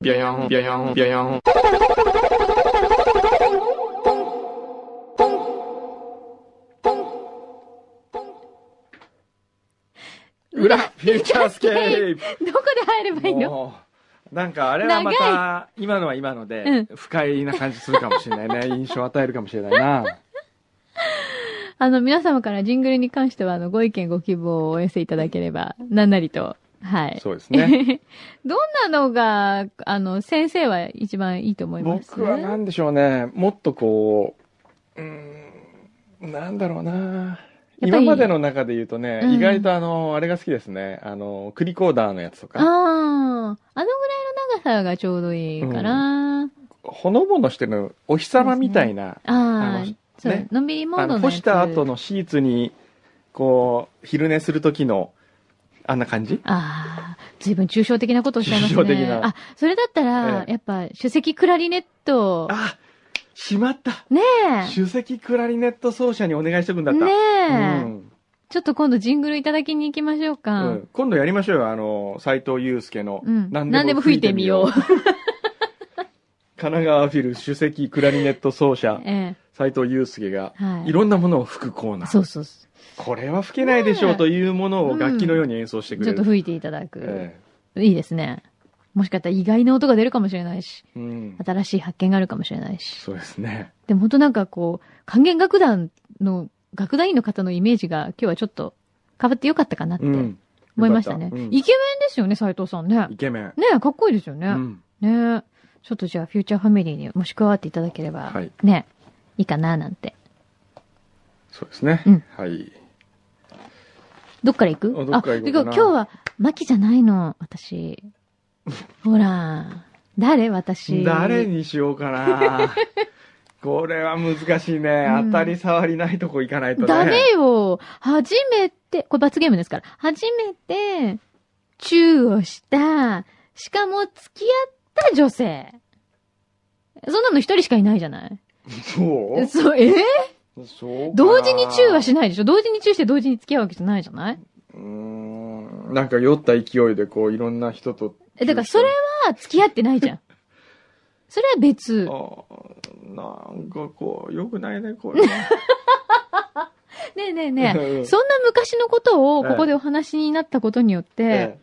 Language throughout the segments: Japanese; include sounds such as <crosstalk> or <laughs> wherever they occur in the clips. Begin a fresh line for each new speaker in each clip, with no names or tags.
ビャヤン、ビャヤン、ビャヤン。裏、フューチャースケープ
どこで入ればいいの
もうなんかあれはまた今のは今ので
う
不快な感じするかもしれない
<laughs>
ね印象を与えるかもしれないな
あの、皆様からジングルに関しては、あの、ご意見、ご希望をお寄せいただければ、なんなりと。はい。
そうですね
<laughs> どんなのが、あの、先生は一番いいと思います
僕は何でしょうねもっとこううーんなんだろうな
やっぱ
今
り
までの中で言うとね、
うん
意外とあの、あれが好きですね。あの、クリコーダーのやつと
あ
か、
あー、あのぐらいの長さがちょうどいいかな。
ほのぼのしてるお日様みたいな、
あ
あ
あ
の、
そう、
ね
のんびりモ
あ
ードの
の
やつ
干した後のシーツにこう昼寝する時のあんな感じ
ああ、随分抽象的なことをおっしゃいますね。
抽象的な
あ、それだったら、
ええ
やっぱ、首席クラリネット。
あしまった
ね
首席クラリネット奏者にお願いしてくんだ
え。
った
ねえ、
うん
ちょっと今度ジングルいただきに行きましょう
う
か。
ん今度やりましょうよあの斎藤祐介の
うん何でも吹いてみよう
吹いてみよう神奈川フィル首席クラリネット奏者
<laughs> え
斎藤祐介が
え。はい。
いろんなものを吹くコーナ
そ
ー
うそうそ
これは吹けないでしょ
ね
う
え
というものを楽器のように演奏して
う。
く
ちょ
れ
っ
る、
と吹いていただく。
え
いいですね。もしかしたら意外な音が出るかもしれないし、
えうん、
新しい発見があるかもしれないし。
そうですね
でも本当なんかこう、管弦楽団の、楽団員の方のイメージが今日はちょっと変わってよかったかなって
うん、
思いましたね。
よかったうん
イケメンですよね、斉藤さんね。
イケメン、
ねえ、かっこいいですよね。
うん、
ねえ。ちょっとじゃあ、フューチャーファミリーにもし加わっていただければ、
はい
ねえ、いいかななんて。
そうですね、
うん
はい
どっから行く
あどっから行こうかな
あて今日は、マキじゃないの、
<laughs>
私。ほら、誰私。
誰にしよう
<laughs>
かなこれは難しいね、
うん
当たり障りないとこ行かないとね
ダメよ初めて、これ罰ゲームですから、初めて、チューをした、しかも付き合った女性。そんなの一人しかいないじゃない
そう
そう、えー
そう
同時にチューはし
ない
ないでしょ同時にチューして同時に付き合うわけじゃないじゃないう
ーんなんか酔った勢いでこういろんな人と
え、だからそれは付き合ってないじゃ
<laughs>
ん。それは別。ね
あなんかこうよくないね
<laughs>
これは
えねえねえ。
うん
そんな昔のことを
ええ
ここでお話になったことによって、
え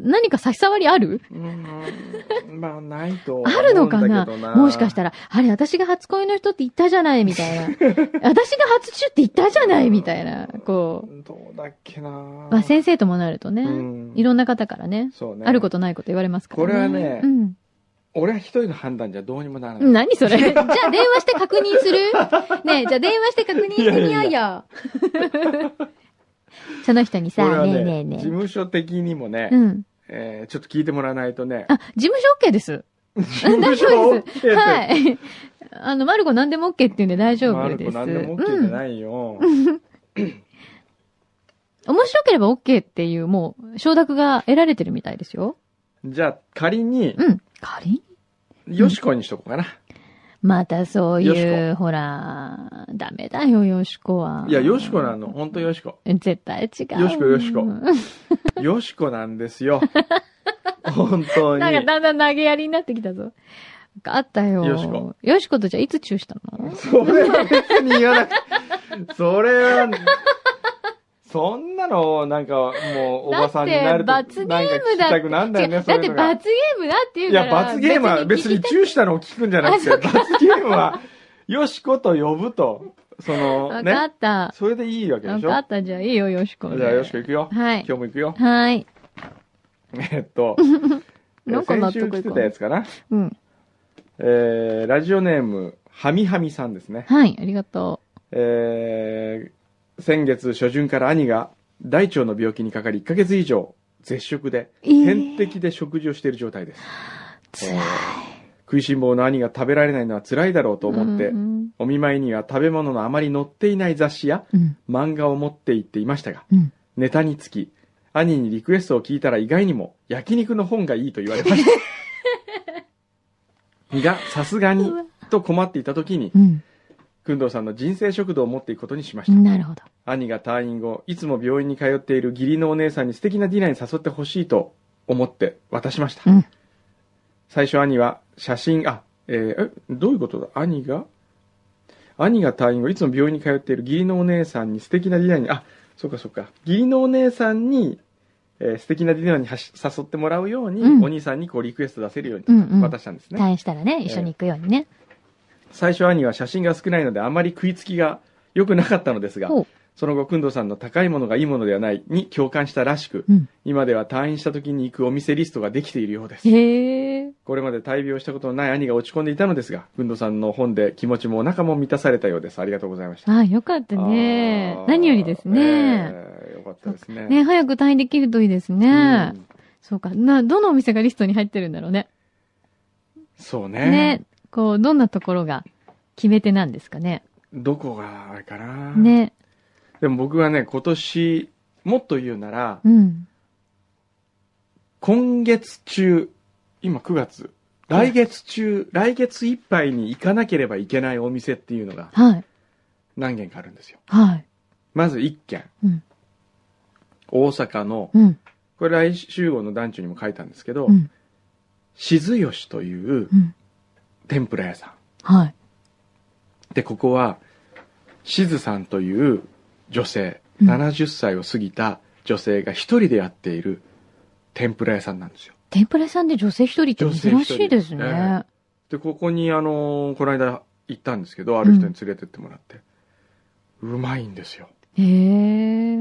何か差し障りある
えうーんまあないと
あるのかなもしかした
ら
ら、あれ、私が初恋の人って言ったじゃないみたいな。
<laughs>
私が初中って言ったじゃないみたいな。こ
どうだっけな
う。まあ、先生ともなるとね、
うん
いろんな方からね、
そうね
あることないこと言われますからね。
これはね
うん。
俺は一人の判断じゃどうにもならない。
何
<laughs>
それじゃあ電話して確認するねえ、じゃあ電話して確認してみようよ。
いやい
<laughs> その人に
これ
さ、
は
ねえ
ね
ねえね
事
え。
務所的にもね、
うん。
えーちょっと聞いてもらわないとね、
あ、事務所 OK です。
事務所 OK って、
はい。 <laughs> あの、マルコ何でも OK っていうんで大丈
まああ
夫
る
で
子
す。
何でも OK じゃ
うん。
ないよ。
面白ければ OK っていう、もう、承諾が得られてるみたいですよ。
じゃあ仮に、
うん。仮に
よしこにしとこうかな。
またそうい
よ
う、ほら、ダメだよ、よしこは。
いや、よしこなの。ほんとよし
<laughs>
こ。
絶対違う。
よしこよしこ
うん
よしこなんですよ。本当
なんか
に。
だんだん投げやりになってきたぞ。あったよ。
よしこ。
よしことじゃあいつチューしたの
それは別に言わなくて、それは、そんなの、なんか、もう、おばさんになると、
だ
な
っ
んか
て罰ゲームだ
聞きたくなんだよ
違
ね、
うだっ
そう
て
いうのが
罰ゲームだって言う
い
か
や、
ら。
罰ゲームは別に
聞き
チューしたのを聞くんじゃなくて、罰ゲームは、よしこと呼ぶと、そ
た
の、
わか
ね。
った。
それでいいわけで
わ
しょじ
か
ゃ
った。じゃあいいよ、よしこ。
あ、よしこ行くよ。
はい
今日も行く
<laughs>
よ。
はい。
えっと、
<laughs> なんか納
先
得いかない
週来てたやつかな。
うん。
えー、ラジオネーム、はみはみさんですね。
はい、ありがと
えー、先月初旬から兄が大腸の病気にかかり1ヶ月以上、絶食で、
えー
点滴で食事をしている状態です。
う。辛い。
食いしん坊の兄が食べられないのは辛いだろうと思って
う、ん
お見舞いには食べ物のあまり載っていない雑誌や
うん。
漫画を持って行っていましたが、
うん
ネタにつき、兄にリクエストを聞いたら意外にも焼肉の本がいいと言われました。が、さすがに、と困っていた時に
う、ん。
くんどうさんの人生食堂を持っていくことにしまし
う
た。
ん。なるほど。
兄が退院後、いつも病院に通っている義理のお姉さんに素敵なディナーに誘ってほしいと思って渡しました。
うん
最初兄は写真、あ、えーえどういうことだ兄が兄が退院後、いつも病院に通っている義理のお姉さんに素敵なディナーに、あ、そうかそうか。義理のお姉さんに、えー素敵なディナーにはし誘ってもらうように、
うん
お兄さんにこうリクエスト出せるよう
うんうん
に渡したんですね。
退院したらね、一緒に行くようにね。
最初兄は写真が少ないのであまり食いつきが良くなかったのですが
ほう
その後工藤さんの高いものがいいものではないに共感したらしく、
うん
今では退院した時に行くお店リストができているようです
へえ。
これまで大病したことのない兄が落ち込んでいたのですが工藤さんの本で気持ちもお腹も満たされたようですありがとうございました
ああ、よかったね
あー。
何よりですね。
えーよかったですね
ね、早く退院できるといいです
う
ね。
ん
そうか。な、どのお店がリストに入ってるんだろうね。
そうね
ね、こう、どんなところが決め手なんですかね。
どこがあれかな、
ね、
でも僕はね今年もっと言うなら、
うん。
今月中、今9月、来月中、来月いっぱいに行かなければいけないお店っていうのが
はい、
何軒かあるんですよ。
はい、
まず1軒。
うん
大阪の、
うん、
これ来週号の団長にも書いたんですけど、
うん、
静吉という
うん、
天ぷら屋さ
はい、
ん。で、ここは、静さんという女性、
うん
70歳を過ぎた女性が一人でやっている天ぷら屋さんなんですよ。
天ぷら屋さんで女性一人って珍しいです
女性一
ね。
でここにあのーこの間行ったんですけどある人に連れてってもらって、うまいんですよ
へ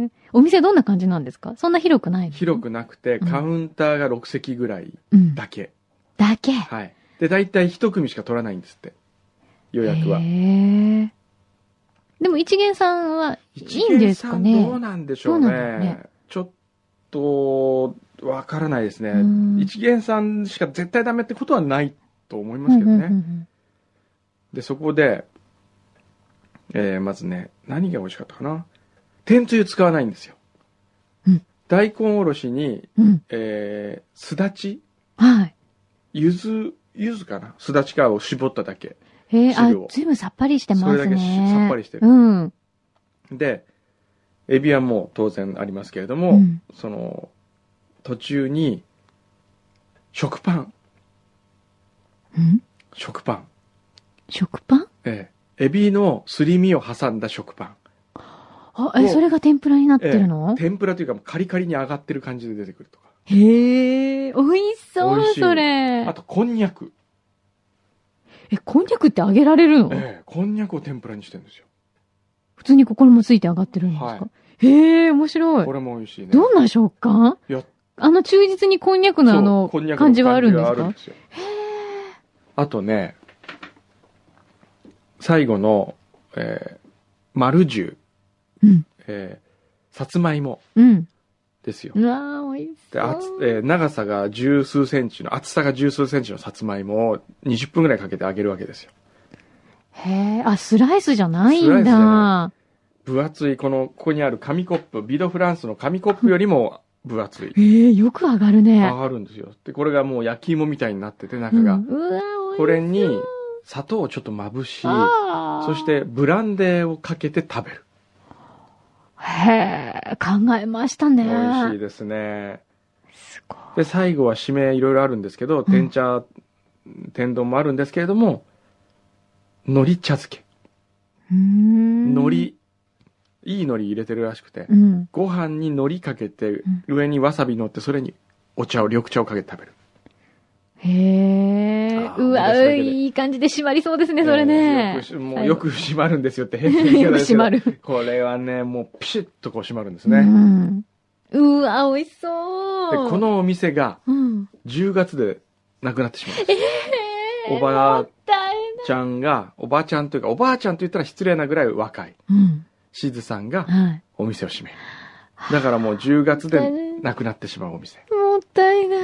え。お店どんな感じなんですかそんな広くないの
広。くなくて
うん
カウンターが6席ぐらい
うん。だ
だけ、
け。
はいで大体1組しか取らないんですって予約は
へえ。でも一元さんはい
一
いんで
元
す
さ
か
ん
ね。
どうなんでしょうね
どうなんだろうね
ちょっとわからないですね、
うん
一元さんしか絶対ダメってことはないと思いますけどね、
うんうんうん
でそこで、えーまずね何が美味しかったかな天つゆ使わないんですよ、
うん
大根おろしに、
うん。うん。
えーすだち
はい。
ゆずゆずかなすだちかを絞っただけ
へえ、あ
汁を、
ずいぶんさっぱりしてますね。
それだけしさっぱりしてる
うん。
でエビはもう当然ありますけれども、
うん
その途中に食パン
うん
食パン
食パン
えーエビのすり身を挟んだ食パン
あ、え、
を
それが天ぷらになってるの、
天ぷらというかもうカリカリに揚がってる感じで出てくるとか
へえ、美味しそ
美
う、
味しい
それ
あ。とこんにゃく
え、こんにゃくって揚げられるの
ええ、こんにゃくを天ぷらにしてるんですよ。
普通に心もついて揚がってるんですか、
は
へえ、面白い
こ。れも美味しいね。
どんな食感
いや
あの忠実にこんにゃくのあの
そうこんにゃくの
感じはあるんです
感じがあ
か
すよあとね、最後の、えー、丸十、
うん。
えー、さつまいも
うん。
ですよ。
うわー美味し
で、厚
そう。
えー長さが十数センチの、厚さが十数センチのさつまいもを20分ぐらいかけて揚げるわけですよ。
へえ、あ、スライスじゃない
スラ
ん
イスじゃ
だ
な。分厚い、この、ここにある紙コップ、ビドフランスの紙コップよりも分厚い。
へえ、よく揚がるね。
揚がるんですよ。で、これがもう焼き芋みたいになってて、
う
中
ん、う
が。
わー美味しい。
これに砂糖をちょっとまぶし
あー
そし。てブランデーをかけて食べる
へえ、考えましたね。
美味しいですね
すごい。
で最後は締めいろいろあるんですけど天茶、天丼もあるんですけれども海苔茶漬け
うーん
海苔、いい海苔入れてるらしくて、
うん。
ご飯に海苔かけて、
ん
上にわさび乗ってそれにお茶を緑茶をかけて食べる
へえ
あ。ー
うわ、
私だけで
いい感じで締まりそうですね、それ
えーよ
ね
く。しも
は
う
い
よく締まるんですよって平気な言い方ですけど
よく <laughs> 締まる
これはねもうピシッとこう締まるんです
う
ね、
ん。うわ、美味しそう。
でこ、のお店が
うん。
10月で亡くなってしまうんです
へー
おばあ
もったい
ちゃんが、おばあちゃんというか、おばあちゃんと言ったら失礼なぐらい若い、
ない。うん。
しずさんが
はい。
お店を閉める。だからもう10月で
だね
亡くなってしまうお店。
もったいない。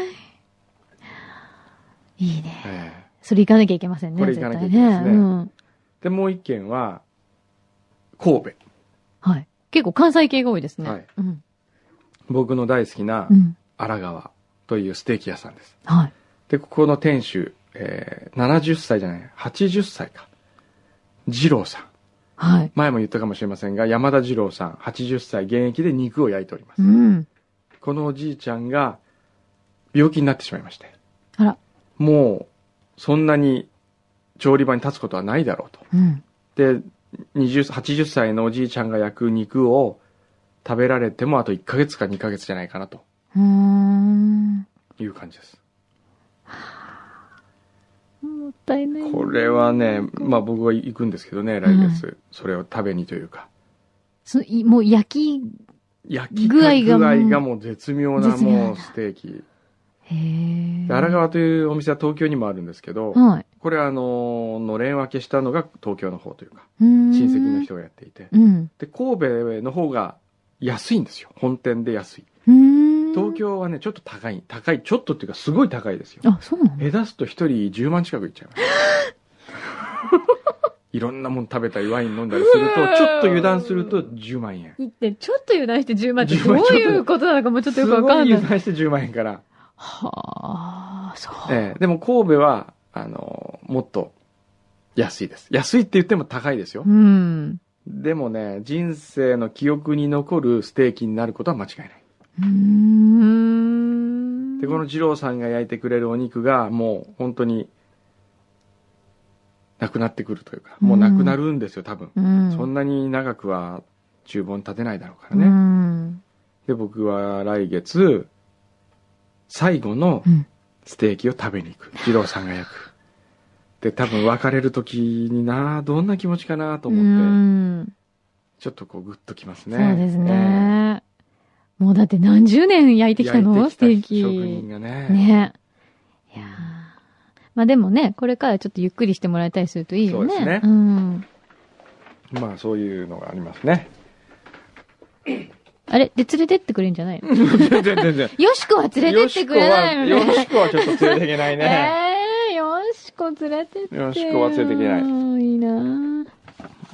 いいね。
え
それ行かなきゃいけませんね。
これ行かなきゃいけないです
絶
ね
対うん。
えで、もう一軒は、神戸。
はい。結構関西系が多いです
は
ね
い。
うん。
僕の大好きな
うん。
荒川というステーキ屋さんです。
はい。
で、ここの店主、えー、70歳じゃない、80歳か。二郎さん。
はい。
前も言ったかもしれませんが、山田二郎さん、80歳現役で肉を焼いております
う。ん。
このおじいちゃんが病気になってしまいまして。
あら。
もう、そんなに調理場に立つことはないだろうと。
うん。
で、20 80歳のおじいちゃんが焼く肉を食べられてもあと1ヶ月か2ヶ月じゃないかなと
うーん。
いう感じです。
もったいない。
これはね、まあ僕は行くんですけどね、来月。それを食べにというか。
そいもう焼き、
焼き具
具合
合
がもう
がもう絶妙な
絶妙な
もうステーキ。
へえ。
で荒川というお店は東京にもあるんですけど、
はい。
これはあの、のれん分けしたのが東京の方というか、
親
親戚の。人がやっていて。
うん。
で、神戸の方が安いんですよ。本店で安い。
うーん。
東。京はね、ちょっと高い、高い、ちょっとっていうかすごい高いですよ。
あ、そうなの
下手すと一人10万近くいっちゃい
<laughs>
ます。いろんなもん食べたりワイン飲んだりすると、ちょっと油断すると10万円。
って、ちょっと油断して10万って
10
どう
万
いうことなのかもちょっとよくわかんな
すご
いい。
油断して10万円から。
はあ、そう。
ええでも神戸は、あのもっと安いです。安いって言っても高いですよ
う。ん。
でもね、人生の記憶に残るステーキになることは間違いない。
うーん。
で、この二郎さんが焼いてくれるお肉が、もう本当に、なくなってくるというか、もうなくなるんですよ、多分。
うん、
そん
な
なに長くは厨房に立てないだろうから
ね。う
ね。
ん。
で、僕は来月、最後の
うん
ステーキを食べに行く。二郎さんが焼く。で、多分別れる時にな、どんな気持ちかなと
う
思って、
ん。
ちょっとこうグッときますね。
そうです
ええ。
ね。もうだって何十年焼いてきたの
焼い
ステ
て
ー
きた職
キ
人。がね。
ね。いやーまあでもね、これからちょっとゆっくりしてもらえたりするといいよね。
そうですね
ん。
まあそういうのがありますね。
あれで、連れてってくれんじゃないの
全然全然。
よしこは <laughs> 連れてってくれないの
よし
ね。
こはよしこはちょっと連れていけな
<laughs>
いね。
えー、よしこ連れてってよ。
よしこは連れていけない
い。いいな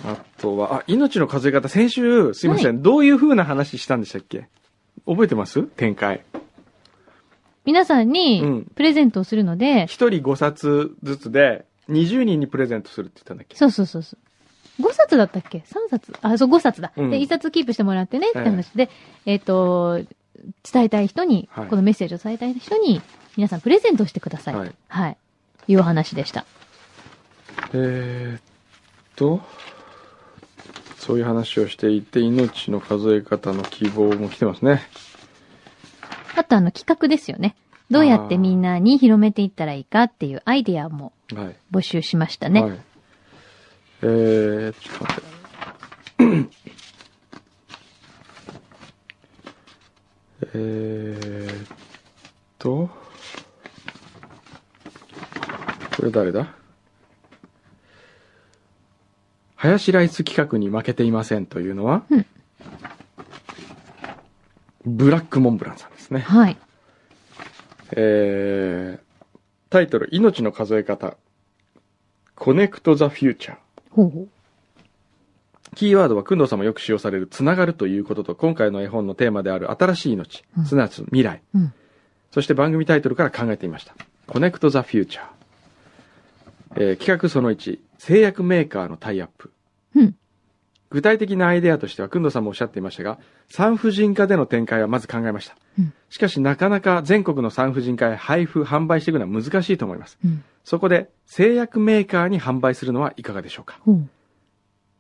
あとは、あ、命の数え方、先週、すいません、どういう風な話したんでしたっけ覚えてます展開。
皆さん
う
に
ん
プレゼントをするので、
一人5冊ずつで、20人にプレゼントするって言ったんだっけ
そうそうそうそう。5冊だったっけ ?3 冊あ、そう、5冊だ。
うん
で、1冊キープしてもらってねって話で、えっ、と、伝えたい人に、
はい
このメッセージを伝えたい人に、皆さんプレゼントをしてください。
は
はいい。い。いうお話でした。
えーっと、そういう話をしていて、命の数え方の希望も来てますね。
あとあの企画ですよね。どうやってみんなに広めていったらいいかっていうアイディアも
はい。
募集しましたね。
はい、えー、ちょっと待って。えーっと、これ誰だ林ライス企画に負けていませんというのは、
うん
ブラックモンブランさんですね。
はい。
えー、タイトル、命の数え方。コネクトザフューチャー。
ほうほう。
キーワードは、くんどうさんもよく使用される、つながるということと、今回の絵本のテーマである、新しい命
う、ん
すなわち未来。
うん。
そして番組タイトルから考えてみました。コネクトザフューチャー。えー企画その1、製薬メーカーのタイアップ。
うん
具体的なアイデアとしては、くんどうさんもおっしゃっていましたが、産婦人科での展開はまず考えました。
うん
しかし、なかなか全国の産婦人科へ配布、販売していくのは難しいと思います。
うん。
そこで、製薬メーカーに販売するのはいかがでしょうか
ほう。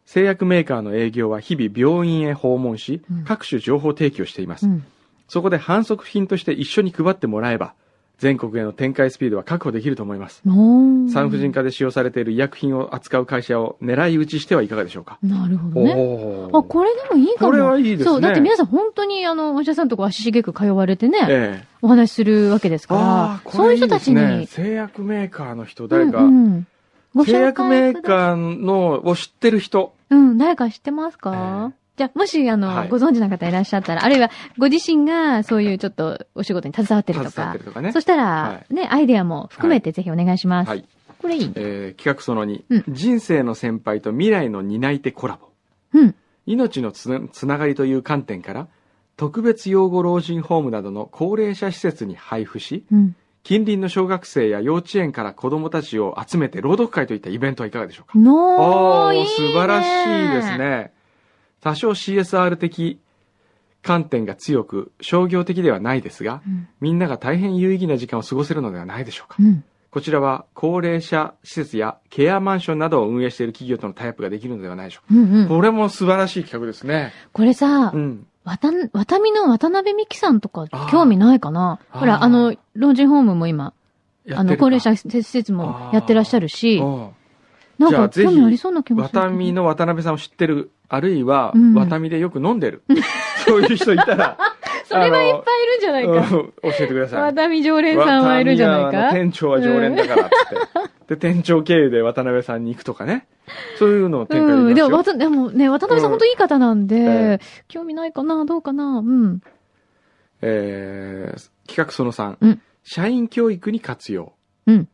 製薬メーカーの営業は日々病院へ訪問し
うん、
各種情報提供しています。
うん。
そこで反則品として一緒に配ってもらえば、全国への展開スピードは確保できると思います。
おー
産婦人科で使用されている医薬品を扱う会社を狙い撃ちしてはいかがでしょうか。
なるほどね。
お
あ、これでもいいかも。
これはいいですね
そう、だって皆さん本当にあの、お医者さんとか足しげく通われてね、
ええ。
お話しするわけですから
あ、あ、
そ
こ
ういう
れいい
人
で
た
す
ちに、
ね。製薬メーカーの人、
う
誰
ん
か。
うん、ご紹介
製薬メー
ください
カーのを知ってる人。
うん、誰か知ってますか、
え
じゃあ、もし、あの、
はい
ご存知な方いらっしゃったら、あるいは、ご自身が、そういうちょっと、お仕事に携わってる
携
と
わっ
か
て、るとかね
そ。したら、
は
ね、アイデアも含めてぜひお願いします。
はい。
これいいね。
えー企画その2、
うん
人生の先輩と未来の担い手コラボ。
うん。
命のつなつながりという観点から特別養護老人ホームなどの高齢者施設に配布し
うん。
近隣の小学生や幼稚園から子どもたちを集めて朗読会といったイベントはいかがでしょうか
のーいい、ね、
素晴らしいです。ね多少 CSR 的観点が強く商業的ではないですが
うん。
みんなが大変有意義な時間を過ごせるのではないでしょうか
うん。
こちらは高齢者施設やケアマンションなどを運営している企業とのタイアップができるのではないでしょうか。
うんうん。
これも素晴らしい企画ですね。
これさ、
うん。
わた、わたみの渡辺美樹さんとか
あー
興味ないかな
あー
ほら、あの、老人ホームも今、
や
あ
って
の、
るか
高齢者施設もやってらっしゃるし、
うん
なん
じゃあ
か
ぜひ
興味ありそうな気も
ワ
するけど。
タミの渡辺さんを知ってる、あるいは
う、ん
ワタミでよく飲ん
<laughs>
でる。そういう人いたら、
<laughs> それはいっぱいいるんじゃな
うん
いか。
教えてください。
わたみ常連さんはいるんじゃない
ワタミはあの
か。
店長は常連だからっつ
<laughs>
って。で、店長経由で渡辺さんに行くとかね。そういうのを展
う
開
ん、
で
で
き
も、
ま
わ
すよ。
た、でもね、渡辺さん
う
本
ん
当いい方なんで、
え
興味ないかなどうかなうん。
えー企画その3、
うん
社員教育に活用。
うん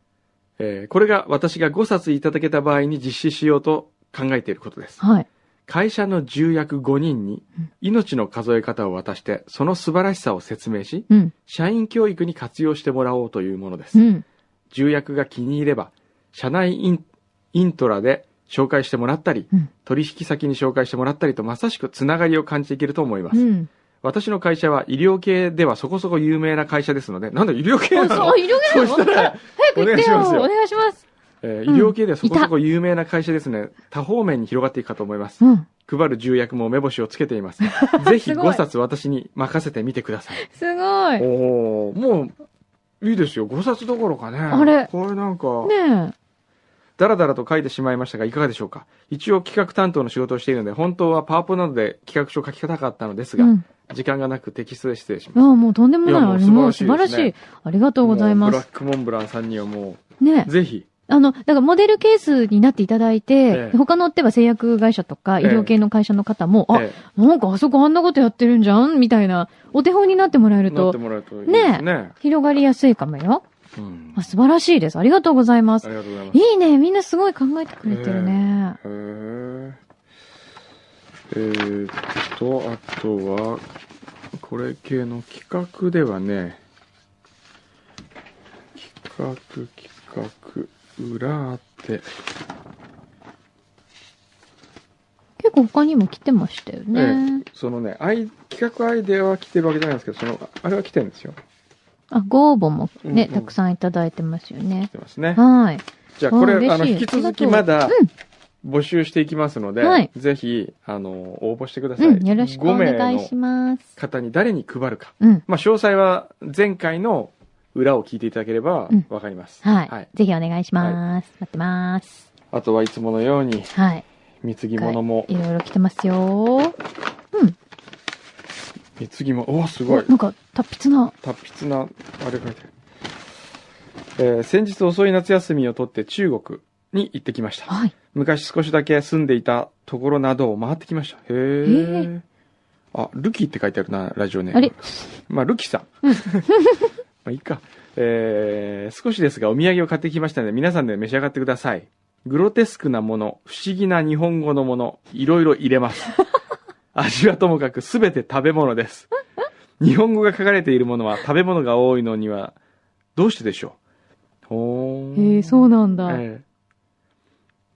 えーこれが私が5冊いただけた場合に実施しようと考えていることです。
はい。
会社の重役5人に
うん
命の数え方を渡してその素晴らしさを説明し
うん。
社員教育に活用してもらおうというもので
う
す
ん。
重役が気に入れば社内インイントラで紹介してもらったり
うん
取引先に紹介してもらったりとまさしくつながりを感じていけると思いま
う
す <laughs>
ん。
私の会社は医療系ではそこそこ有名な会社ですのでなんだ医療系な
あ、
の
そう、医療系な
そう
の
したら
早く
お
行っ
願い
て
し
よ。
ます
お
よ
願いします。
えー
うん
医療系ではそこそこ有名な会社ですね多方面に広がっていくかと思います
うん。
配る重役も目星をつけて
<laughs>
います。ぜひ
すごい
5冊私に任せてみてください。
すごい。ね
おお、もういいですよ。5冊どころかね。
あれ
これなんか、
え。
だらだらと書いてしまいましたが、いかがでしょうか。一応企画担当の仕事をしているので、本当はパワポなどで企画書を書きたかったのです
う
が、
ん。
時間がなくテキストで失礼し
あ
ま
あ、
す。
もうとんでもない
いやも
あ
う
れもう素
素
晴ら
晴ら
し
し
い。
いです
ありがとうございま
もうブラ
す。
ックモンブランさんにはも
ね
う、。ぜひ、
あの、だからモデルケースになっていただいて、
ええ
他のっては製薬会社とか医
ええ
療系の会社の方も、
え
あ、なんかあそこあんなことやってるんじゃんみたいな、お手本になってもらえ
え
る
なっ
と、
てもらうといいですね。
広がりやすいかもよ。
うん。
あ素晴らしいです。ありがとうございま
あ
す。
りがとうございます。
いいね。みんなすごい考えてくれてるね。
へーえー、っと、あとは、これ系の企画ではね、企画、企画、裏当て。
結構他にも来てましたよね
え。えそのねアイ、企画アイデアは来てるわけじゃないんですけど、その、あれは来てるんですよ。
あ、ご応募もね、
うんう
た
ん
くさんいただいてますよね
来。てますね。
はい。
じゃあ、こ
あ
れ、
嬉
あの、
しい
引き続き
ありがと
ま
う
だ
うん、
募集していきますので、
はい
ぜひ、あの、応募してください。
うん、よろしくお願いし
5名の
ます。
方に誰に配るか。
うん。
まあ、詳細は前回の裏を聞いていただければ
うん
わかります、
はい。
はい
ぜひお願いします。待ってます。
あとはいつものように
はい。
貢ぎ物も
いろいろ来てますよ。
貢ぎ物おおすご
お
い
なんか、達筆な。
達筆なあれ書いてある、えー先日遅い夏休みを取って中国に行ってきました
はい。
昔少しだけ住んでいたところなどを回ってきましたへえあルキーって書いてあるなラジオネーム
あれ
まあ、ルキ
<laughs>
さん。まあ、いいか。えー、少しですが、お土産を買ってきましたので、皆さんで召し上がってください。グロテスクなもの、不思議な日本語のもの、いろいろ入れ
<laughs>
ます。味はともかく、すべて食べ物です。日本語が書かれているものは、食べ物が多いのには、どうしてでしょうほ
へえ、そうなんだ。
ええ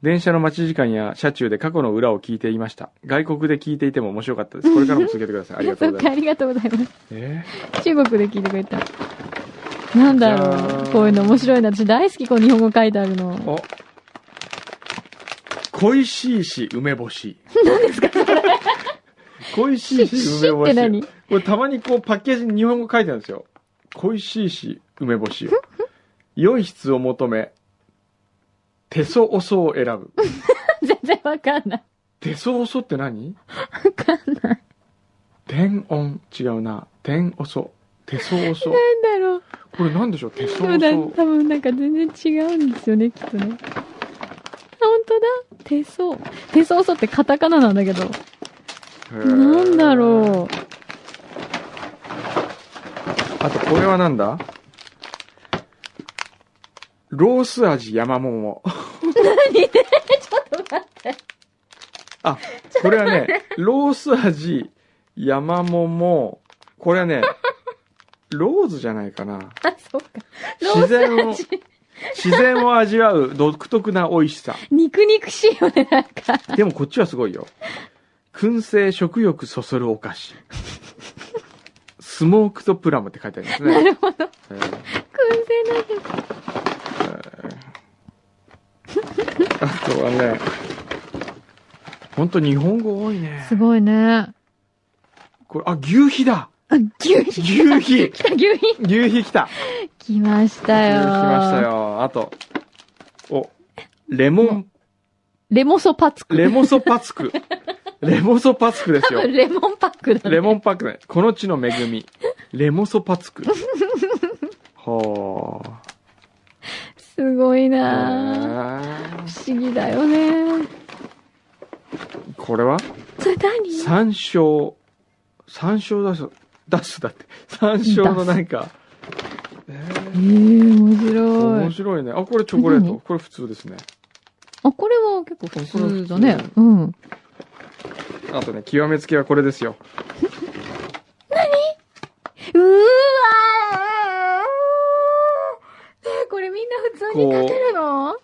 電車の待ち時間や車中で過去の裏を聞いていました。外国で聞いていても面白かったです。これからも続けてください。ありがとうござい
そっか <laughs>
ま
あ
す。
りがとうございます。
え
中国で聞いてくれた。なんだ
じゃ
ろう。
ーん
こういうの面白いな。私大好き、こう日本語書いてあるの。
お恋しいし梅干し。何ですかそれ恋しいし梅
し
干
って
し。
何
これたまにこうパッケージに日本語書いてあるんですよ。恋しいし梅干しを。良い質を求め、手相おそを選ぶ。
<laughs> 全然わかんない。
手相おそって何
わかんない。
天音。違うな。天おそ。手相おそ。
なんだろう。
これなんでしょう手
で
相
も
お
だ
そ。
多分なんか全然違うんですよね、きっとね。あ、本当だ。手相。手相相ってカタカナなんだけど。
へー
なんだろう。
あと、これはなんだロース味山桃。
<laughs>
何ちょっと待って。あ、これはね、ロース味山桃。これはね、ローズじゃないかな。
あ、そうか。ロ
自然
ー
を
ス味。
自然を味わう独特な美味しさ。
肉肉しいよね、 <laughs> なんか。
でもこっちはすごいよ。燻製食欲そそるお菓子。スモークとプラムって書いてありますね。
なるほど。
えー
燻製なんだ。
えーあとはね、ほんと日本語多いね。
すごいね。あ、
これ、あ、牛皮だ
牛皮。
牛皮
来た、牛皮。
牛皮来た
来ました
牛皮
よ。
来ました。よ。あと、お、レモン、
レモソパツク。
レモソパツク。レモソパツクです
多
よ。
分レモンパックだね。
レモンパックね。この地の恵み。レモソパツク。はあ。
すごいなぁ
へえ
不思議だよね。
これは
それ何
山椒。山椒出す。出すだって。山椒のなんか。
えー、面白
面
い。
白いね。あ、これチョコレート。
何
これ普通ですね。
あ、これは結構普通だ
こ
ね
れ普。
うん。
あとね、極めつけはこれですよ。
うーわーえーこれみんな普通に立てるの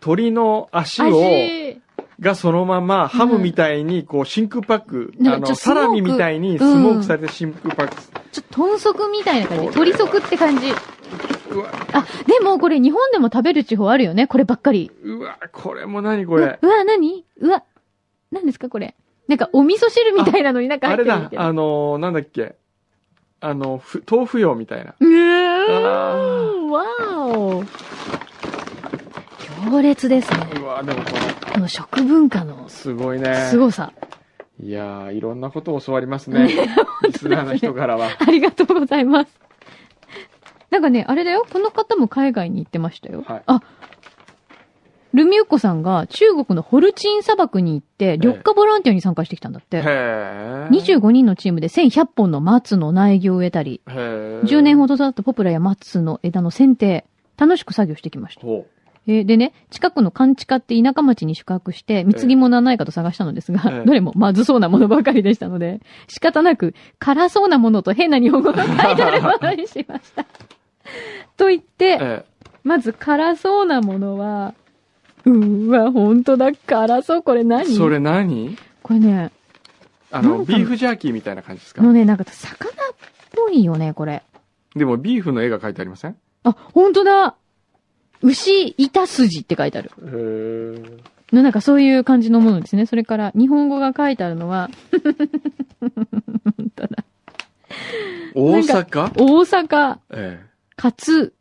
鳥の足を、
足。
がそのまま、ハムみたいに、こう、真空パック、
なんかちょ
あの、
っとスモー
サ
ク
ラミみたいにスモークされて真空パック。
ちょっと豚足みたいな感じ。
これ
鳥足って感じ。
うわ、
あ、でもこれ日本でも食べる地方あるよね。こればっかり。
うわ、これも何こ
う
れ。
うわ、何うわ、何ですかこれ。なんかお味噌汁みたいなのになんか入
あ
って
れ
るみ
だ
たい、な。
あのー、なんだっけ。あの、ふ豆腐用みたいな。
うー
あー
ん、わーお。強烈ですね。
うわ、でもこ
この食文化の
の、すごいね。
すごさ。
いやー、いろんなことを教わりま
<laughs>
すね。リスナーの人からは。
ありがとうございます。なんかね、あれだよ。この方も海外に行ってましたよ。
はい
あ、ルミウコさんが中国のホルチン砂漠に行って、緑化ボランティアに参加してきたんだって。
へー。
25人のチームで1100本の松の苗木を植えたり、
へー。
10年ほど経ったポプラや松の枝の剪定、楽しく作業してきました。
ほ
えーでね、近くの勘地下って田舎町に宿泊して、貢ぎ物はないかと探したのですが、
ええ
どれもまずそうなものばかりでしたの
<laughs>
で、仕方なく、辛そうなものと変な日本語が書いてあるものにしま
<laughs>
した。と言っ
う。
て、
え
まず辛そうなものは、うーわ、本当だ、辛そう、これ
え。
何
それ何
これね、
あ
な
の、
んか
ビーフジャーキーみたいな感じですか
のね、なんか魚っぽいよね、これ。
でも、ビーフの絵が書いてありません
あ、本当だ牛、板筋って書いてある。
へー。
の、なんかそういう感じのものですね。それから、日本語が書いてあるのは、
大
なん
阪
大阪、
え
かつ、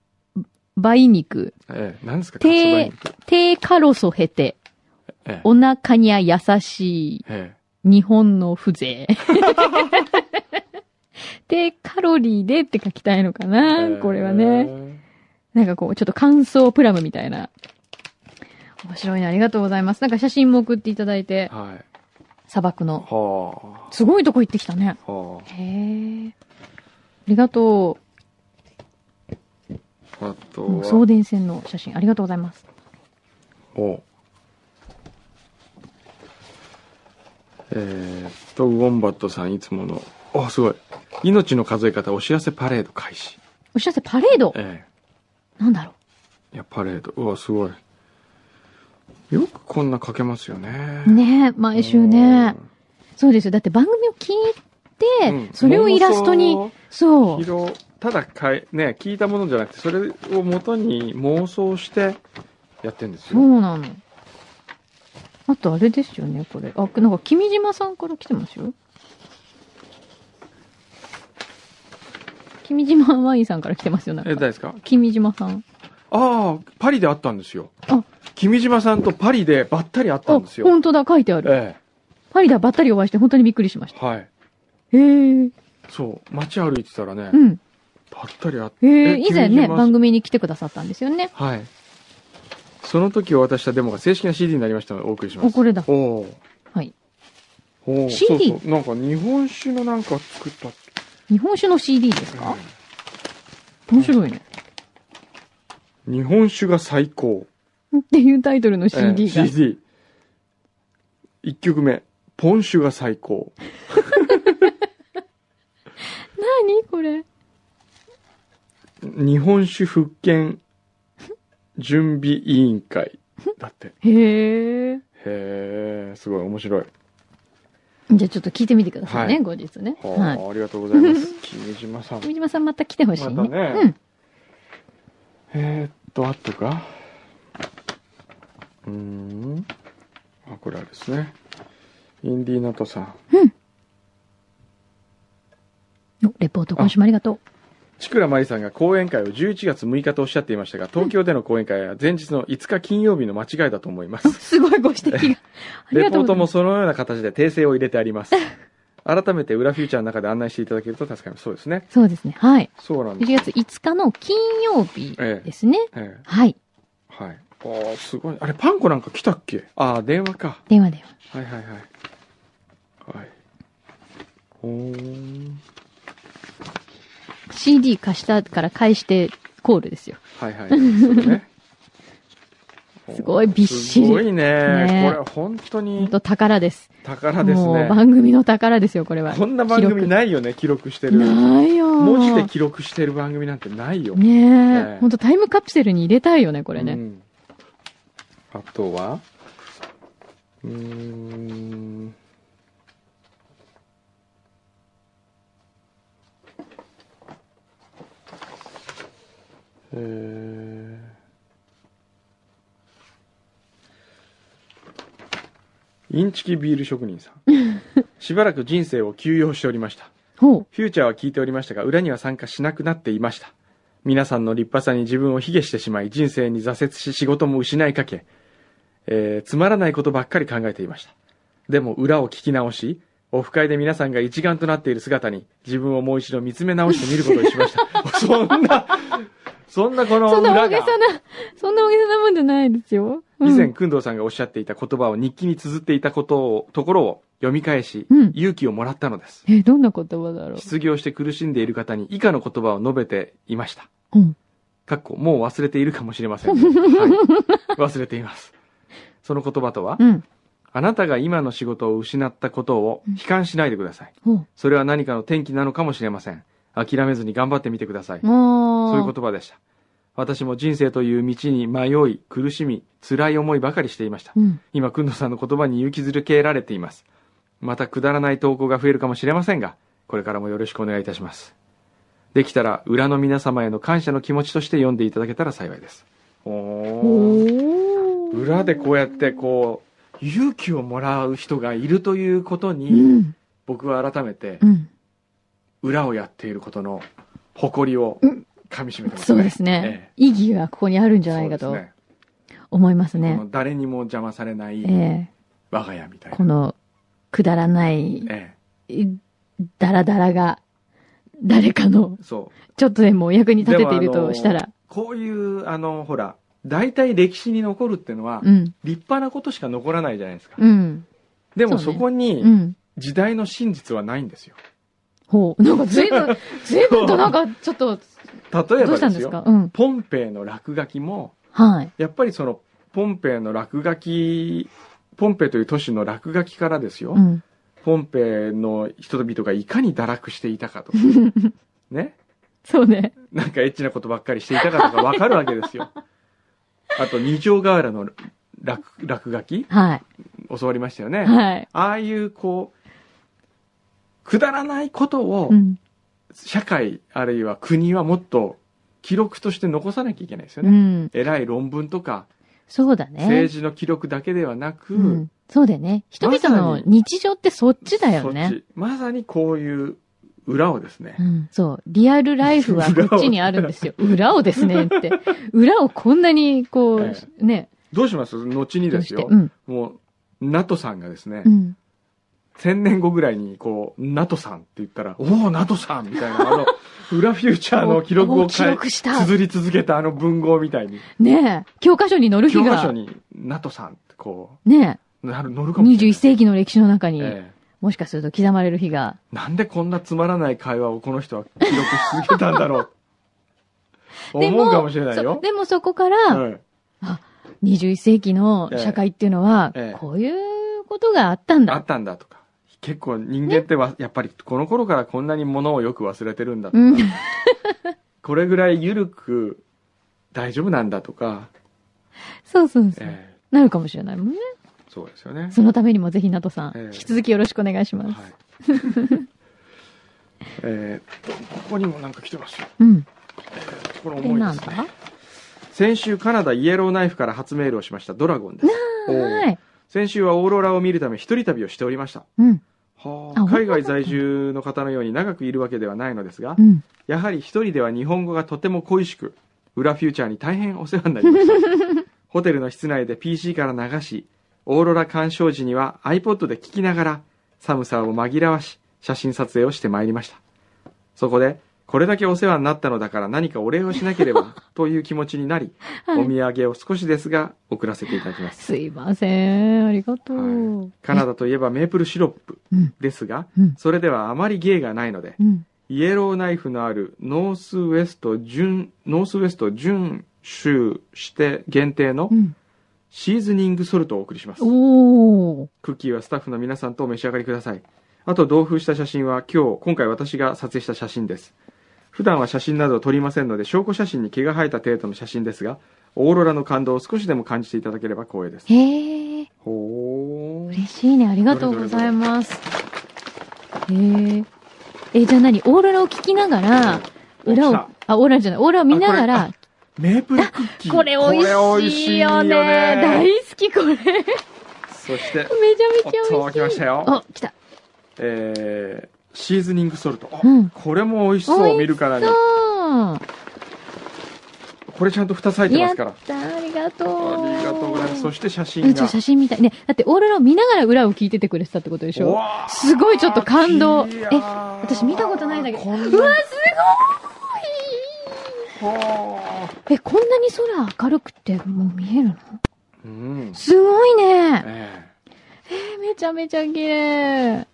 梅肉、
え。ええ。何ですかカツバイ
低
ンって、
低カロソヘテ、
ええ。
お腹には優しい、
え
日本の風
<laughs>
情。低カロリーでって書きたいのか
え
なこれはね。。なんかこう、ちょっと乾燥プラムみたいな。面白いね。ありがとうございます。なんか写真も送っていただいて、
はい。
砂漠の。
は
すごいとこ行ってきたね。
あ。は
へえ。ありがと
あ。あと
う。
は。
送電線の写真、ありがとうございます。
おえー、っと、ウォンバットさんいつもの。あ、すごい。命の数え方お知らせパレード開始。
お知らせ、パレード
え
なんだろ
えいや、パレード。うわ、すごい。よくこんな書けますよね。
う。ねえ、毎週ね。そうですよ。だって番組を聞いて、
うん
それをイラストに
妄想、
そう。
広ただかい、ね、聞いたものじゃなくて、それを元に妄想してやってるんです
そ
よ。
うなの。あとあれですよね、これ。あ、なんか、君島さんから来てますよ。君島ワインさんから来てますよ、なん
え、誰
か。
ですか
君島さん。
ああ、パリで会ったんですよ
あ。
君島さんとパリでばったり会
あ、
ったんですよ。
本当だ、書いてある。
え
パリだ、ばったりお会いして、本当にびっくりしまし
え、はい。
た。へえ。
そう、街歩いてたらね、
うん。
ばったり会って。
へえ、以前
君
ね、
島
番組に来てくださったんですよね。
はい。その時お渡ししたデモが正式な CD になりましたのでお送りします。
おこれだ
おお。
はい。
おお。
CD？
そうそう。なんか日本酒のなんか作ったって。
日本酒の CD ですか面白いね。
日本酒が最高。
っていうタイトルの CD
え
が
え。CD。1曲目。ポン酒が最高。
何これ。
日本酒復権準備委員会。だって。
へえ。
へえ、すごい面白い。
じゃあちょっと聞いてみてくださいね、
はい
後日ね。
は
はい。
あ、ありがとうございます。 <laughs> 君島さん。
君島さんまた来てほしいね。
またね
うん。
えー、っと、あとが、うーん。あ、これあれですね。インディーナトさん。
おレポート今週もありがとう。
ちくらまりさんが講演会を11月6日とおっしゃっていましたが、東京での講演会は前日の5日金曜日の間違いだと思いま
あ
<laughs> す。
すごいご指摘が。あり
レ
がと
ポ
うございま
ートも
す。
そのような形で訂正を入れてあ
<laughs>
ります。改めて裏フューチャーの中で案内していただけると助かります。そうですね。
そうですね。はい。
そうなんです。
1月5日の金曜日ですね。
ええ、
はい。
はい。ああ、すごい。あれ、パンコなんか来たっけああ、電話か。
電話電話。
はいはいはい。はい。ほーん。
CD 貸したから返してコールですよ。
はいはい。そうね
<laughs> すごいびっしり
すごいね。
ね
これ本当
ほん
に
と宝です。
宝です
もう
ね。
番組の宝ですよ、これは。
こんな番組ないよね、記録してる。
ないよ。
文字で記録してる番組なんてないよ。
ね
ええ
え。ほんとタイムカプセルに入れたいよね、これ
う
ね。
んあとはうーん。えーインチキビール職人さん
<laughs>
しばらく人生を休養しておりました
ほう。
フューチャーは聞いておりましたが、裏には参加しなくなっていました。皆さんの立派さに自分を卑下してしまい、人生に挫折し仕事も失いかけ、えーつまらないことばっかり考えていました。でも裏を聞き直し、オフ会で皆さんが一丸となっている姿に、自分をもう一度見つめ直してみることにし
<laughs>
ました。そんな、そんなこの
そんな大
裏
げ
が
さ、な、そんな大げさなもんじゃないですよ。うん
以前、工藤さんがおっしゃっていた言葉を日記に綴っていたことを、ところを読み返し、
うん
勇気をもらったのです。
え、どんな言葉だろう。
失業して苦しんでいる方に以下の言葉を述べていました。
うん。
かっこ、もう忘れているかもしれませんね、はい。忘れています。その言葉とは、
うん。
あなたが今の仕事を失ったことを悲観しないでください。
ほう。
それは何かの転機なのかもしれません。諦めずに頑張ってみてください。
もう。
そういう言葉でした。私も人生という道に迷い、苦しみ、辛い思いばかりしていました。
うん。
今、くんどさんの言葉に勇気づけられています。またくだらない投稿が増えるかもしれませんが、これからもよろしくお願いいたします。できたら、裏の皆様への感謝の気持ちとして読んでいただけたら幸いです。
お
お
ー
裏でこうやって、こう、勇気をもらう人がいるということ
う
に、
ん。
僕は改めて
う、ん。
裏をやっていることの誇りを
うん
噛み締めてます
そ
ね。
うですね。意義がここにあるんじゃないか
そう
と
です
思います
ね。こ
ね。
の誰にも邪魔されない
ええ
我が家みたいな。
この、くだらない、
え
だらだらが、誰かの、
え、そう。
ちょっとでも役に立てている
でもあ
と
の
したら、
こういう、あの、ほら、大体歴史に残るってのは、
うん、
立派なことしか残らないじゃないですか。
うん、
でも
そう
そ
ね
こ
う
に、
ん。
時代の真実はないんですよ。
ほう。なんか随分、
<laughs>
随分となんかちょっと、ど
例え
う
ば
した
で
ん
す
です
よ、
かうん。
ポンペイの落書きも、
はい。
やっぱりその、ポンペイの落書き、ポンペイという都市の落書きからですよ、
うん。
ポンペイの人々がいかに堕落していたか
<laughs>
とか、ね、
そうね。
なんかエッチなことばっかりしていたかとかわかるわけですよ。あと、二条河原の落落書き、
は
教わりましたよ
い。
ね。
はい。
ああいうこう、くだらないことを
うん。
社会あるいは国はもっと記録として残さなきゃいけないですよ
う
ね。
ん。
偉い論文とか
そうだね。
政治の記録だけではなく、
うん。そうだよね。人々
ま
の
さに
日常ってそっちだよ
そっ
ね。
ちまさにこういう裏をですね
う、ん。そう。リアルライフはこっちにあるんですよ。裏をですね
<laughs>
って。裏をこんなに、こ
え
う、ね。
どうします後に
ど
で
う
す
して。
よ
う、ん。
もう、ナトさんがですね、
うん。
千年後ぐらいにこう、ナトさんって言ったら、おお、ナトさんみたいな、あの、裏フューチャーの記
<laughs>
録
お
を
お記
変え、
録した。
綴り続けたあの文豪みたいに。
ねえ。教科書に載る日
教科書
が。
に、ナトさんってこ
ね
う、なる乗る
え。
かもしれ
21
ない。
世紀の歴史の中に、
ええ
もしかすると刻まれる日が。
なんでこんなつまらない会話をこの人は記録し続けたんだろう。
<laughs> で
思うかもしれない
そ
よ。
でもそこから、
うん
21世紀の社会っていうのは
ええええ、
こういうことがあったん
あ
だ。
ったんだとか。結構人間ってわ、やっぱりこの頃からこんなにものをよく忘れてるんだとか、
うん。
これぐらい緩く大丈夫なんだとか、
そうそうそう。
え
なるかもしれないもんね。
えそうですよね。
そのためにもぜひ、ナトさん、
ええ
引き続きよろしくお願いします
は。い。えーっと、ここにもなんか来てますよ。
うん。
これ
これ
重い
なん
ですね
だ。
先週カナダイエローナイフから初メールをしましたドラゴンですおー
はい。
先週はオーロラを見るため一人旅をしておりました
うん。
は
あオー
あ、
ロラ
海外在住の方のように長くいるわけではないのですが
うん。
やはり一人では日本語がとても恋しく裏フューチャーに大変お世話になりました
<laughs>
ホテルの室内で PC から流しオーロラ鑑賞時には iPod で聞きながら寒さを紛らわし写真撮影をしてまいりましたそこでこれだけお世話になったのだから何かお礼をしなけ
<laughs>
ればという気持ちになり、
はい
お土産を少しですが送らせていただきます
すいません。ありがとう。
はいカナダといえばメープルシロップ
うん。
ですが
うん。
それではあまり芸がないので
うん。
イエローナイフのあるノースウエスト準、ノースウエスト準州して限定の
うん。
シーズニングソルトをお送りします。
おー。
クッキーはスタッフの皆さんとお召し上がりください。あと同封した写真は今日、今回私が撮影した写真です。普段は写真などを撮りませんので、証拠写真に毛が生えた程度の写真ですが、オーロラの感動を少しでも感じていただければ光栄です。
へえ。
ほー。
嬉しいね。ありがとうございます。へえ。え、じゃあ何オーロラを聞きながら、裏
お来
を
た、
あ、オーロラじゃない、オーロラを見ながら、
メープルクッキー。
これ美味しいよね。大好き、これ。めちゃめち
そして、
ゃ美味しい。
おっと来ましたよ
お、来た。
えーシーズニングソルト、あ
うん
これも美味しそう見るからに
そう。
これちゃんと蓋裂いてま
や
す
っ
から
たありがとう。
ありがとうございますそして写
う
真
んちょっ
が
と写真みたい。ね、だってオーロラを見ながら裏を聞いててくれてたってことでし
う
ょ
わー
すごいちょっと感動
いや
え
ー
私見たことないんだけど。う
こ
わ、
ん
す
な
ごい
は
え、こんなに空明るくてもう見えるの
ーうん
すごいね。
え
えめちゃめちゃ綺麗。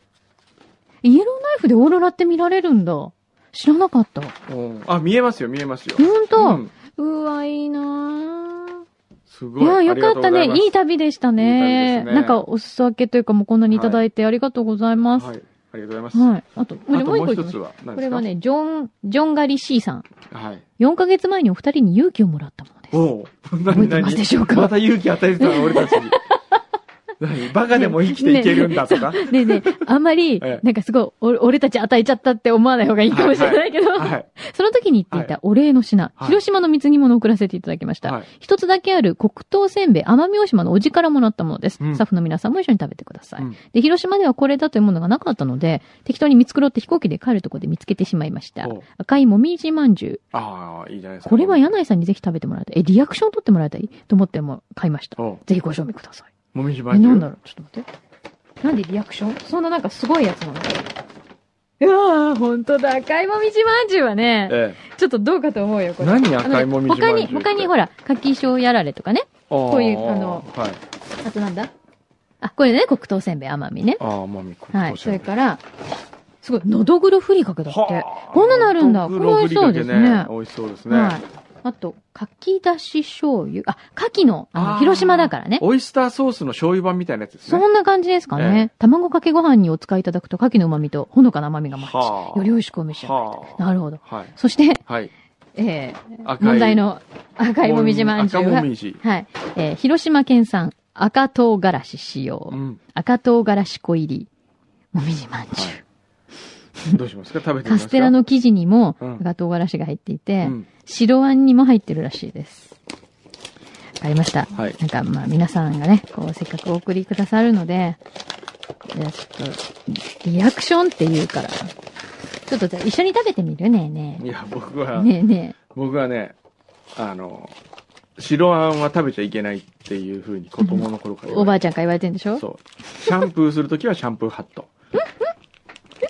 イエローナイフでオーロラって見られるんだ。知らなかった。
えうんあ見えますよ見えますよ、
ほん
う
と、
ん
うわ、いいなぁ。
す
いや、
ごい
よかったね。いい
た
旅でした
いい
ね。
旅ですね
なんか、おすそ分けというか、もうこんなにいただいてありがとうございます。
はいありがとうございます、
はい。あと、
あともう
行
一
きま
つ
しょう
は何
こ
で
れ
すか
はね、ジョン、ジョンガリ C さん。
はい
4ヶ月前にお二人に勇気をもらったものです。
おう <laughs>
覚え
何
てますで
何
しょうか
また勇気与えてたの俺たち
<laughs>
に何バカでも生きていけるんだとか、
<laughs> ねえねえ、あんまり
<laughs> ええ、
なんかすごい、お俺たち与えちゃったって思わない方がいいかもしれないけど、
はい
その時に言っていたお礼の品、
はい
広島の貢ぎ物を送らせていただきました。
はい
一つだけある黒糖せんべい、奄美大島のおじからもらったものです。
うん
スタッフの皆さんも一緒に食べてください。
うん
で、広島ではこれだというものがなかったので、適当に見繕って飛行機で帰るとこで見つけてしまいました
お。
赤いもみじまんじゅう。
ああ、いいじゃないですか。
これは柳井さんにぜひ食べてもらいたい。え、リアクション取ってもらいたいと思っても買いました。
おう
ぜひご賞味ください。
もみじま
え、
んじゅ
な
うん
だろうちょっと待って。なんでリアクションそんななんかすごいやつなのいやー、ほんとだ。赤いもみじまんじゅうはね、
え
ちょっとどうかと思うよ、こ
え。
れ。
何
あのね
赤いもみじま
他
んじゅ
に、
うって
他にほら、柿賞やられとかね。
こ
ういうあの、
はい。
あとなんだあ、これね、黒糖せんべい甘みね。
ああ、まみこ。
はい。それから、すごい、のどぐろふりかけだって。
はあ
こんなのあるんだ
ドッグロ
これ美味しそう
ふりかけ
ですね
美味しそうですね。
はい。あと、かきだし醤油。あ、かきの、あ
あ
の、
ー
広島だからね。
オイスターソースの醤油版みたいなやつですね。
そんな感じですかね。卵かけご飯にお使いいただくと、牡蠣の旨味とほのかな甘みがマッ
は
チ。
あ
より美味しくお召し上が
は
り。なるほど。
あ。はい。
そして、
はい。
えー、
赤い。
問題の赤いもみじまんじゅう
赤
は
も、みじ。
はい。えー、広島県産赤唐辛子使用
う。ん。
赤唐辛子粉入り、もみじまんじゅ
は
う。
い。どうしますか食べてみま
カ
すか
ステラの生地にも
うん
赤唐辛子が入っていて、
うん
白あんにも入ってるらしいです。わかりました。
はい
なんかまあ皆さんがね、こうせっかくお送りくださるので、じゃあちょっと、リアクションって言うから、ちょっとじゃあ一緒に食べてみるねえね
いや、僕
え。
は、
ねえね
僕はね、あの、白あんは食べちゃいけないっていうふうに子供の頃から
え。お
言われて
ばあちゃんから言われてんでしょ
そう。シャンプーするときはシャンプーハット。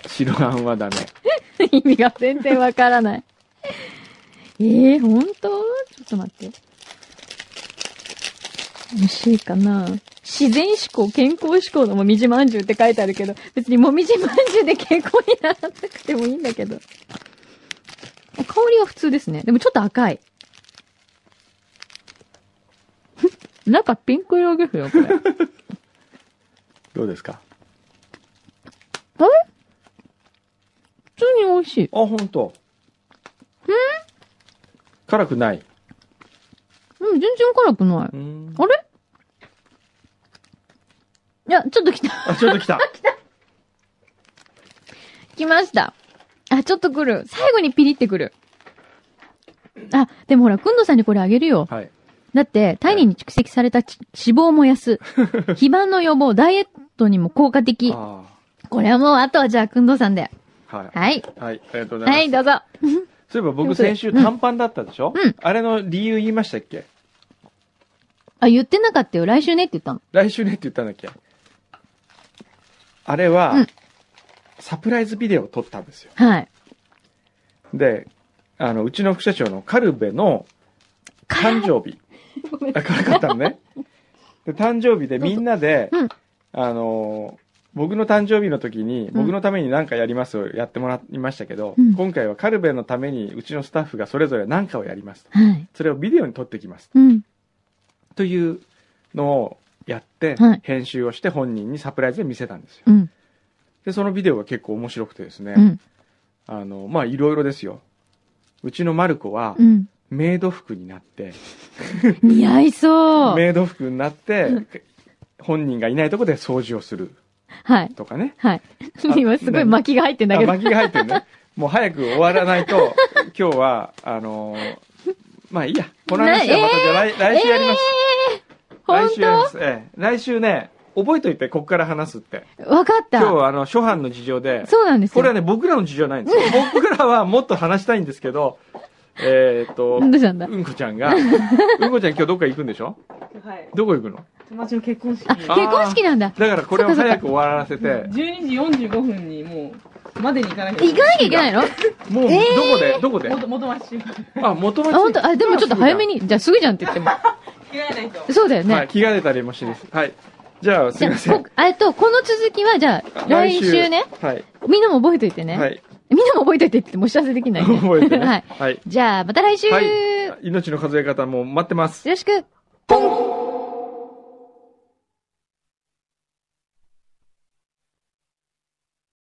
白あんはダメ。
<laughs> 意味が全然わからない。ええー、ほんとちょっと待って。美味しいかな自然思考、健康志向のもみじまんじゅうって書いてあるけど、別にもみじまんじゅうで健康にならなくてもいいんだけど。香りは普通ですね。でもちょっと赤い。 <laughs> 中ピンク色ですよ、これ。
どうですか
普通に美味しい。
あ、ほんと。辛くない。
うん、全然辛くない。
うん
あれいや、ちょっと来た。
あ、ちょっと来た。
来ました。あ、ちょっと来る。最後にピリってくる。あ、でもほら、くんどさんにこれあげるよ。
<laughs> はい。
だって、体内に蓄積されたち脂肪を燃や
<laughs>
す。肥満の予防、ダイエットにも効果的。
あ
これはもう、あとはじゃあ、くんどさんで。
あ。はい。
はい。
はい。ありがとうございます。
はい、どうぞ。
そういえば僕先週短パンだったでしょ、
うん
あれの理由言いましたっけ
あ、言ってなかったよ。来週ねって言ったの。
来週ねって言ったんだっけあれは、
うん
サプライズビデオを撮ったんですよ。
はい。
で、あの、うちの副社長のカルベの誕生日。
ごめん
あ、からかった
<laughs>
のね。で、誕生日でみんなで、
どうぞ
あのー、僕の誕生日の時に、僕のために何かやりますをやってもらいましたけど、
うん
今回はカルベのためにうちのスタッフがそれぞれ何かをやりますと。
はい。
それをビデオに撮ってきます。
うん。
というのをやって、
はい
編集をして本人にサプライズで見せたんですよ。
うん。
で、そのビデオが結構面白くてですね、
うん。
あの、まあ、いろいろですよ。うちのマルコは
う、ん。
メイド服になって、
似合いそう。
メイド服になって、本人がいないとこで掃除をする
はい。
とかね。
はい。
あ
今すごい
何
巻きが入ってんだ
あ
けど。
巻きが入ってるね。もう早く終わらないと、今日は、あのーまあいいや。この話はまたじゃあ来,、来週やります。
本
来週やります。ええ来週ね、覚えといて、こっから話すって。
当わかっ
今日
た。
はあの、初版の事情で、
そうなんです
これは
よ。
ね、僕らの事情ないんですよ。僕らはもっと話したいんですけど、えーっと、
どうしたんだ
うんこちゃんが、うんこちゃん今日どっか行くんでしょ
はい。
どこ行くの
友達の結婚式
あ、
に
結婚式なんだ。
だからこれを早く終わらせて、
12時45分にもう、までに行かなきゃ
行かなきゃいけないのあ、
もう、どこでどこで
元、元町。着 <laughs>
あ、元町
本当あ、でもちょっと早めに。じゃあすぐじゃんって言っても。
替えないと。
そうだよ
はい、
ね。
着替えたりもしです。はい。じゃあ、す
じ
い
ゃ
ませ
あ
ん。
こ、えっと、この続きはじゃあ、来週ね。。
はい。
みんなも覚えといてね。
はい。
みんなも覚えといてって言ってもお知らせできないね。
覚えてね。
はい。
はい。
じゃあ、また来週、
はい
よ
命の数え方も待ってます。
ろしく。
ポン